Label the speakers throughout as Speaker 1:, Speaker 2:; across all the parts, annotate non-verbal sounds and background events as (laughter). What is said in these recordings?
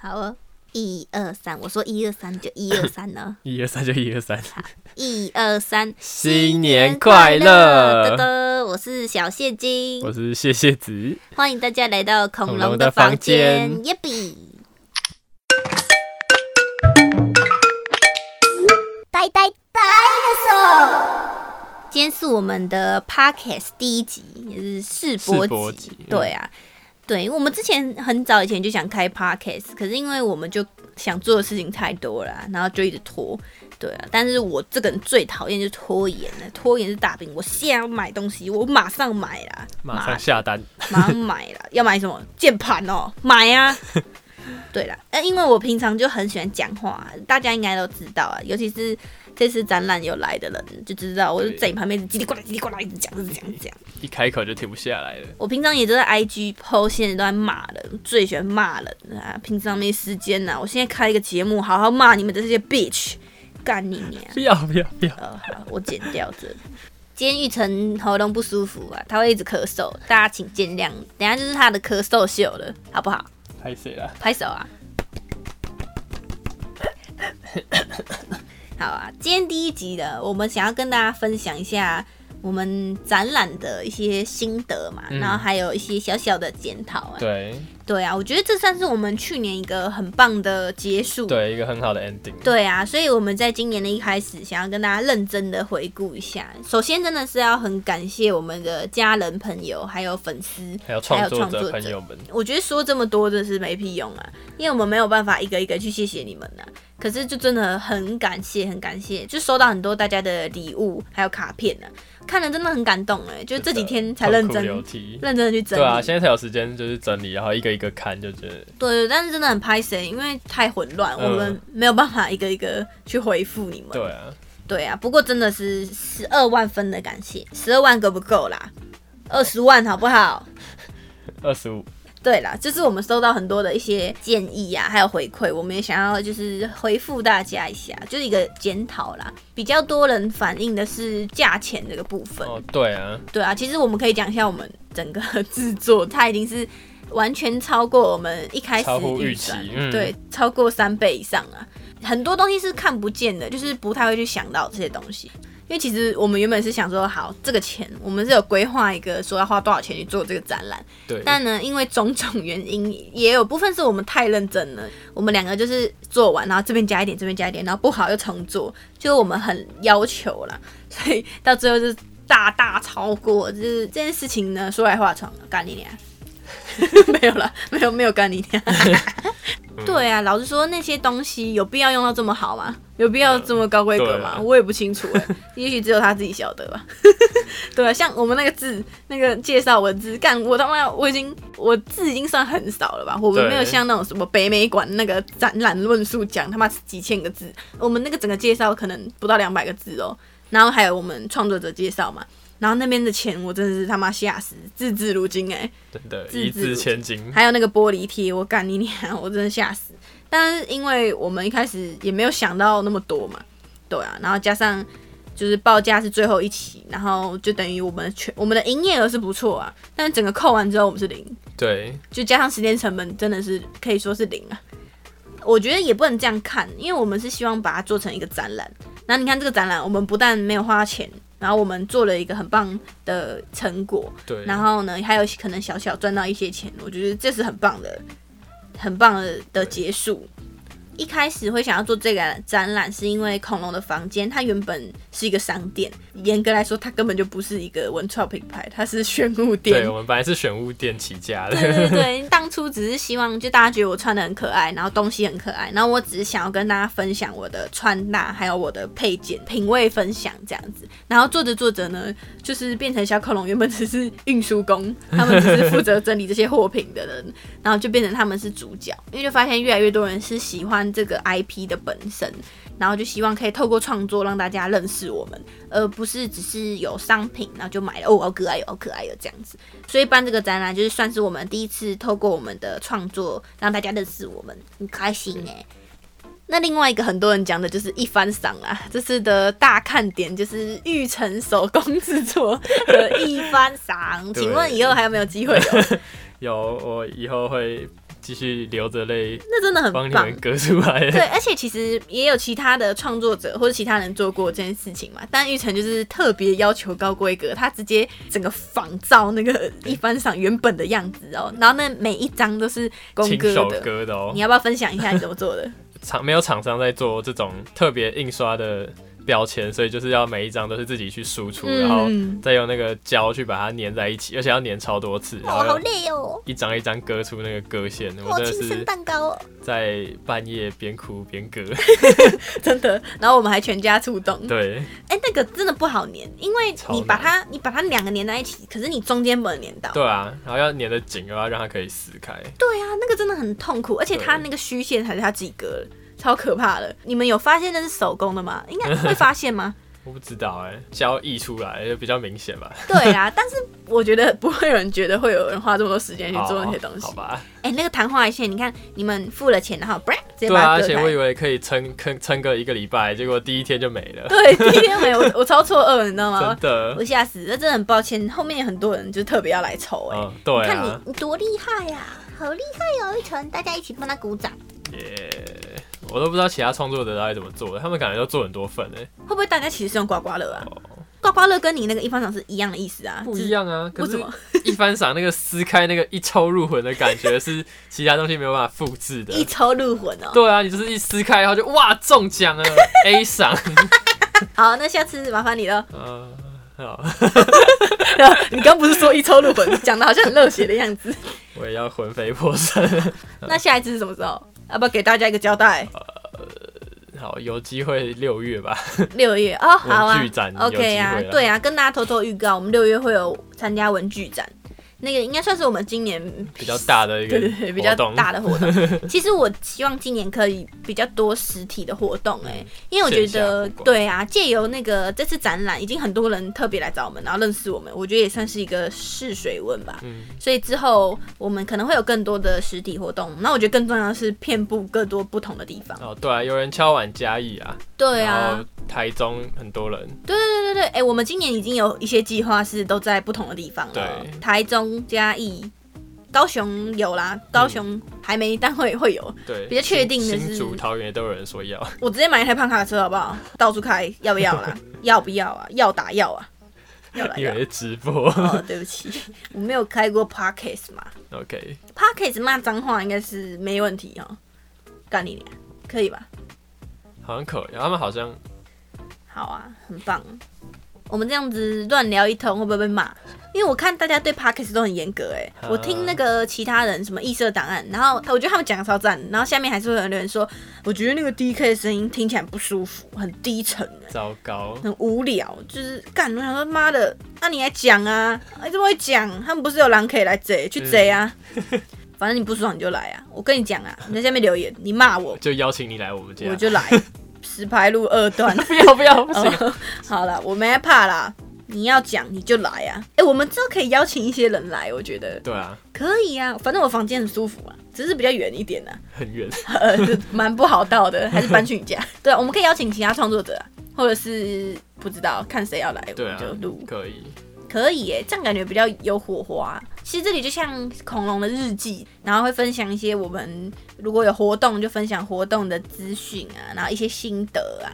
Speaker 1: 好哦，一二三，我说一二三就一二三呢，
Speaker 2: (laughs) 一二三就一二三，
Speaker 1: 一二三，
Speaker 2: 新年快乐
Speaker 1: 得得，我是小蟹精，
Speaker 2: 我是谢谢子。
Speaker 1: 欢迎大家来到恐
Speaker 2: 恐
Speaker 1: 龙
Speaker 2: 龙
Speaker 1: 的
Speaker 2: 的
Speaker 1: 房
Speaker 2: 房
Speaker 1: 间，
Speaker 2: 间
Speaker 1: 耶比。呆呆 dinosaur，今天是我们的 podcast 第一集，也是试
Speaker 2: 试
Speaker 1: 播
Speaker 2: 播
Speaker 1: 集
Speaker 2: 集。嗯
Speaker 1: 对啊，对，我们之前很早以前就想开 podcast，可是因为我们就想做的事情太多了啊，然后就一直拖。对啊，但是我这个人最讨厌就是拖延了，拖延是大病。我现在要买东西，我马上买啊啦，
Speaker 2: 马上下单，
Speaker 1: 马上买了， (laughs) 要买什么键盘哦，买啊！ (laughs) 对了，呃，因为我平常就很喜欢讲话，啊大家应该都知道啊，尤其是这次展览有来的人就知道，我就
Speaker 2: 对
Speaker 1: 在你旁边一直叽里呱啦叽里呱啦一直讲，一直讲，一直讲。
Speaker 2: 一开口就停不下来了。
Speaker 1: 我平常也都在 IG 剖现在都在骂人，最喜欢骂人啊！平常没时间呐、啊我现在开一个节目，好好骂你们这些 bitch，干你娘！
Speaker 2: 不要不要不要！
Speaker 1: 呃，好，我剪掉这里。今天玉成喉咙不舒服啊，他会一直咳嗽，大家请见谅。等一下就是他的咳嗽秀了，好不好？
Speaker 2: 拍谁啦？
Speaker 1: 拍手
Speaker 2: (laughs)
Speaker 1: 啊！好啊，今天第一集的，我们想要跟大家分享一下我们展览的一些心得嘛，
Speaker 2: 嗯
Speaker 1: 然后还有一些小小的检讨啊。
Speaker 2: 对
Speaker 1: 对啊，我觉得这算是我们去年一个很棒的结束。
Speaker 2: 对，一个很好的 ending。
Speaker 1: 对啊，所以我们在今年的一开始，想要跟大家认真的回顾一下。首先，真的是要很感谢我们的家人、朋友，还有粉丝。
Speaker 2: 还有创作
Speaker 1: 还有创作
Speaker 2: 者
Speaker 1: 者
Speaker 2: 朋友们，
Speaker 1: 我觉得说这么多真的是没屁用啊，因为我们没有办法一个一个去谢谢你们呐、可是就真的很感谢，很感谢，就收到很多大家的礼物，还有卡片呢、看了真的很感动哎、就这几天才认
Speaker 2: 痛
Speaker 1: 真
Speaker 2: 哭流涕。
Speaker 1: 认真的去整
Speaker 2: 哦对
Speaker 1: 理。
Speaker 2: 啊，现在才有时间就是整理，然后一个一个看，就觉得
Speaker 1: 对，但是真的很拍谁，因为太混乱，
Speaker 2: 嗯
Speaker 1: 我们没有办法一个一个去回复你们。
Speaker 2: 对啊，
Speaker 1: 对啊，不过真的是十二万分的感谢，十二万够不够啦？二十万好不好？
Speaker 2: 二十五
Speaker 1: 对啦，就是我们收到很多的一些建议啊，还有回馈，我们也想要就是回复大家一下，就是一个检讨啦。比较多人反映的是价钱这个部分，
Speaker 2: 哦，对啊，
Speaker 1: 对啊，其实我们可以讲一下我们整个制作，它已经是完全超过我们一开始
Speaker 2: 超乎
Speaker 1: 预
Speaker 2: 预期
Speaker 1: 算，
Speaker 2: 嗯
Speaker 1: 对，超过三倍以上啊。很多东西是看不见的，就是不太会去想到这些东西。因为其实我们原本是想说，好，这个钱我们是有规划一个说要花多少钱去做这个展览，
Speaker 2: 对，
Speaker 1: 但呢，因为种种原因，也有部分是我们太认真了。我们两个就是做完，然后这边加一点，这边加一点，然后不好又重做，就是我们很要求啦，所以到最后就是大大超过。就是这件事情呢，说来话长，干
Speaker 2: (laughs)
Speaker 1: 你娘！没有了，没有没有干你娘。对啊，老实说，那些东西有必要用到这么好吗？有必要这么高规格
Speaker 2: 对
Speaker 1: 吗？
Speaker 2: 啊
Speaker 1: 我也不清楚、欸，也许只有他自己晓得吧。 (laughs) 对啊，像我们那个字，那个介绍文字，干我他妈我已经我字已经算很少了吧？我们
Speaker 2: 对
Speaker 1: 没有像那种什么北美馆那个展览论述讲他妈几千个字，我们那个整个介绍可能不到两百个字哦。然后还有我们创作者介绍嘛，然后那边的钱我真的是他妈吓死，字字如金哎、
Speaker 2: 真的
Speaker 1: 字
Speaker 2: 一
Speaker 1: 字如
Speaker 2: 字千金，
Speaker 1: 还有那个玻璃贴，我干你娘，我真的吓死。但是因为我们一开始也没有想到那么多嘛，对啊，然后加上就是报价是最后一期，然后就等于我们全我们的营业额是不错啊，但是整个扣完之后我们是零，
Speaker 2: 对，
Speaker 1: 就加上时间成本真的是可以说是零啊。我觉得也不能这样看，因为我们是希望把它做成一个展览。然后你看这个展览，我们不但没有花钱，然后我们做了一个很棒的成果，
Speaker 2: 对，
Speaker 1: 然后呢，还有可能小小赚到一些钱，我觉得这是很棒的，很棒的的结束。一开始会想要做这个展览，是因为恐龙的房间它原本是一个商店，严格来说它根本就不是一个文创品牌，它是炫物店
Speaker 2: 对，。我们本来是选物店起家
Speaker 1: 对对
Speaker 2: 的，
Speaker 1: 对， (laughs) 当初只是希望就大家觉得我穿的很可爱，然后东西很可爱，然后我只是想要跟大家分享我的穿搭，还有我的配件品味分享这样子。然后做着做着呢，就是变成小恐龙原本只是运输工，他们只是负责整理这些货品的人，然后就变成他们是主角，因为就发现越来越多人是喜欢这个 IP 的本身。然后就希望可以透过创作让大家认识我们，而不是只是有商品然后就买了哦，好可爱哦，好可爱哦这样子。所以办这个展览就是算是我们第一次透过我们的创作让大家认识我们，很开心哎、那另外一个很多人讲的就是一番赏啦，这次的大看点就是玉成手工制作的一番赏，
Speaker 2: (laughs) 对
Speaker 1: 哦请问以后还有没有机会有？
Speaker 2: 有我以后会继续流着泪
Speaker 1: 那真的很
Speaker 2: 帮你
Speaker 1: 棒
Speaker 2: 们。割
Speaker 1: (laughs)
Speaker 2: 出来。 (laughs)
Speaker 1: 对，而且其实也有其他的创作者或者其他人做过这件事情嘛，但玉成就是特别要求高规格，他直接整个仿照那个一番赏原本的样子哦，然后那每一张都是公
Speaker 2: 亲
Speaker 1: 哥
Speaker 2: 手
Speaker 1: 的。
Speaker 2: 割的哦
Speaker 1: 你，要不要分享一下你怎么 (laughs) 做的？
Speaker 2: 厂没有厂商在做这种特别印刷的标签，所以就是要每一张都是自己去输出，然后
Speaker 1: 嗯
Speaker 2: 再用那个胶去把它粘在一起，而且要粘超多次，然
Speaker 3: 哦，好
Speaker 2: 后
Speaker 3: 累哦，
Speaker 2: 一张一张割出那个割线。我
Speaker 3: 我
Speaker 2: 真的
Speaker 3: 亲生
Speaker 2: 是
Speaker 3: 蛋糕哦，
Speaker 2: 在半夜边哭边割， (laughs)
Speaker 1: 真的，然后我们还全家出动。
Speaker 2: 对，
Speaker 1: 哎、那个真的不好粘，因为
Speaker 2: 超
Speaker 1: 你
Speaker 2: 难
Speaker 1: 把它你把它两个粘在一起，可是你中间不能粘到。
Speaker 2: 对啊，然后要粘的紧，又要让它可以撕开。
Speaker 1: 对啊，那个真的很痛苦，而且它那个虚线还是他自己割的，超可怕的。你们有发现那是手工的吗？应
Speaker 2: (laughs)
Speaker 1: 该会发现吗？
Speaker 2: 我不知道哎、胶溢出来就比较明显吧，
Speaker 1: 对啊，但是我觉得不会有人觉得会有人花这么多时间去做那些东西
Speaker 2: 好。吧？
Speaker 1: 哎、那个昙花一现，你看你们付了钱，然后 brrr，直接
Speaker 2: 对
Speaker 1: 把
Speaker 2: 啊，
Speaker 1: 它
Speaker 2: 而
Speaker 1: 割
Speaker 2: 且
Speaker 1: 开。
Speaker 2: 我以为可以撑撑撑个一个礼拜，结果第一天就没
Speaker 1: (laughs)
Speaker 2: 了，
Speaker 1: 对，第一天没有，我我超错愕，你知道吗
Speaker 2: 真？的 (laughs)
Speaker 1: 我。吓死，那真的很抱歉。后面有很多人就特别要来抽、哎、
Speaker 2: 嗯，对
Speaker 1: 看
Speaker 2: 啊
Speaker 1: 你，
Speaker 3: 你多厉害呀、好厉害哦，一成，大家一起帮他鼓掌。
Speaker 2: 耶我都不知道其他创作者到底怎么做的，他们感觉都做很多份哎、
Speaker 1: 会不会大家其实是用刮刮乐啊？
Speaker 2: 哦
Speaker 1: 刮刮乐跟你那个一方赏是一样的意思啊，
Speaker 2: 不
Speaker 1: 只是
Speaker 2: 一样啊。可
Speaker 1: 为什
Speaker 2: 是
Speaker 1: 么，
Speaker 2: 一番赏那个撕开那个一抽入魂的感觉是其他东西没有办法复制的。
Speaker 1: 一抽入魂哦。
Speaker 2: 对啊，你就是一撕开，然后就哇中奖
Speaker 1: (laughs)
Speaker 2: 了 A 赏，
Speaker 1: 好，那下次麻烦你了。
Speaker 2: 嗯，好，
Speaker 1: (laughs) 你刚不是说一抽入 (laughs) 魂，讲的好像很热血的样子。
Speaker 2: 我也要魂飞魄散。
Speaker 1: (laughs) 那下一次是什么时候？要不要给大家一个交代？
Speaker 2: 好，有机会六月吧。
Speaker 1: (laughs) 六月哦，好啊
Speaker 2: 文具展有机会
Speaker 1: ，OK
Speaker 2: 啦
Speaker 1: 啊，对啊，跟大家偷偷预告，我们六月会有参加文具展，那个应该算是我们今年
Speaker 2: 比较大的一个
Speaker 1: 对对对 (laughs) 比较
Speaker 2: 活动
Speaker 1: 大的活
Speaker 2: (laughs)
Speaker 1: 动。其实我希望今年可以比较多实体的活动、哎、因为我觉
Speaker 2: 嗯线下
Speaker 1: 得
Speaker 2: 曝光
Speaker 1: 对啊，借由那个这次展览，已经很多人特别来找我们，然后认识我们，我觉得也算是一个试水温吧。
Speaker 2: 嗯
Speaker 1: 所以之后我们可能会有更多的实体活动，那我觉得更重要的是遍布更多不同的地方。
Speaker 2: 哦，对啊，有人敲碗嘉义啊，
Speaker 1: 对
Speaker 2: 然
Speaker 1: 啊
Speaker 2: 后，台中很多人，
Speaker 1: 对对对对对，哎、我们今年已经有一些计划是都在不同的地方了，
Speaker 2: 对
Speaker 1: 台中、嘉义、高雄有啦，高雄还没，但会会有。
Speaker 2: 对，
Speaker 1: 比较确定的
Speaker 2: 新
Speaker 1: 是
Speaker 2: 新竹、桃园也都有人说要，
Speaker 1: 我直接买一台胖卡车好不好？到处开，要不要
Speaker 2: (laughs)
Speaker 1: 啦？要不要啊？要打要啊？要打
Speaker 2: 因
Speaker 1: 要
Speaker 2: 为。是直播。
Speaker 1: 哦，对不起，我没有开过 Parkes 嘛
Speaker 2: (laughs) OK，
Speaker 1: ，Parkes 骂脏话应该是没问题哦，干你娘，可以吧？
Speaker 2: 好像可以，他们好像
Speaker 1: 好啊，很棒。我们这样子乱聊一通会不会被骂？因为我看大家对 podcast 都很严格哎、
Speaker 2: 啊
Speaker 1: 我听那个其他人什么异色档案，然后我觉得他们讲的超赞，然后下面还是会有人说，我觉得那个 DK 的声音听起来不舒服，很低沉哎、
Speaker 2: 糟糕，
Speaker 1: 很无聊，就是干。我想说妈的，那、你来讲啊，哎怎么会讲？他们不是有狼可以来贼，去贼啊。 (laughs) 反正你不爽你就来啊，我跟你讲啊，你在下面留言，你骂我
Speaker 2: 就邀请你来我们家
Speaker 1: 我。就来，
Speaker 2: (laughs)
Speaker 1: 石牌路二段。
Speaker 2: 啊不要不要，不行，
Speaker 1: 哦， (laughs) 好了，我没怕啦。你要讲你就来啊！哎、我们之后可以邀请一些人来，我觉得
Speaker 2: 对啊，
Speaker 1: 可以啊。反正我房间很舒服啊，只是比较远一点啊，
Speaker 2: 很
Speaker 1: (laughs)
Speaker 2: 远，
Speaker 1: 呃，就蛮不好到的，还是搬去
Speaker 2: (laughs)
Speaker 1: 你家。对啊，我们可以邀请其他创作者、啊，或者是不知道看谁要来，我
Speaker 2: 对
Speaker 1: 们
Speaker 2: 啊
Speaker 1: 就录。，
Speaker 2: 可以，
Speaker 1: 可以耶，这样感觉比较有火花。其实这里就像恐龙的日记，然后会分享一些我们如果有活动就分享活动的资讯啊，然后一些心得啊，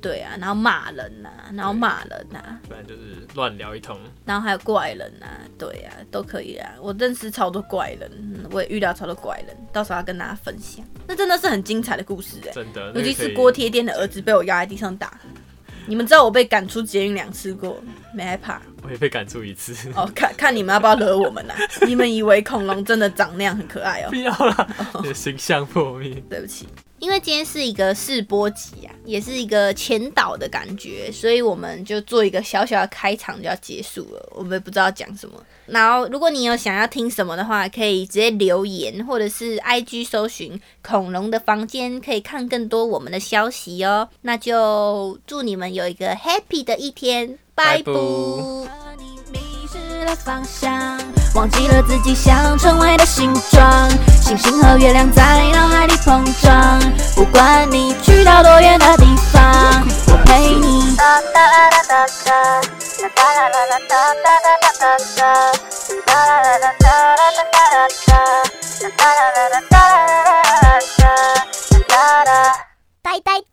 Speaker 1: 对啊，然后骂人啊，然后骂人啊，
Speaker 2: 不然就是乱聊一通。
Speaker 1: 然后还有怪人啊，对啊，都可以啊。我认识超多怪人，嗯我也遇到超多怪人，到时候要跟大家分享。那真的是很精彩的故事哎，
Speaker 2: 真的，那个
Speaker 1: 尤其
Speaker 2: 可
Speaker 1: 是
Speaker 2: 以
Speaker 1: 锅贴店的儿子被我压在地上打，你们知道我被赶出捷运两次过，没害怕。
Speaker 2: 我也被赶出一次。
Speaker 1: 哦，看看你们要不要惹我们呐、啊你们以为恐龙真的长那样很可爱哦
Speaker 2: (laughs) 不？要啦，你的形象破灭。
Speaker 1: 对不起，因为今天是一个试播集啊，也是一个前导的感觉，所以我们就做一个小小的开场就要结束了。我们也不知道讲什么。然后，如果你有想要听什么的话，可以直接留言，或者是 IG 搜寻“恐龙的房间”，可以看更多我们的消息哦。那就祝你们有一个 happy 的一天，拜
Speaker 2: 拜
Speaker 1: 拜。
Speaker 2: 拜
Speaker 4: 你迷失了方向，忘记了自己想成为的形状。星星和月亮在脑海里碰撞，不管你去到多远的地方，我陪你。
Speaker 3: 拜。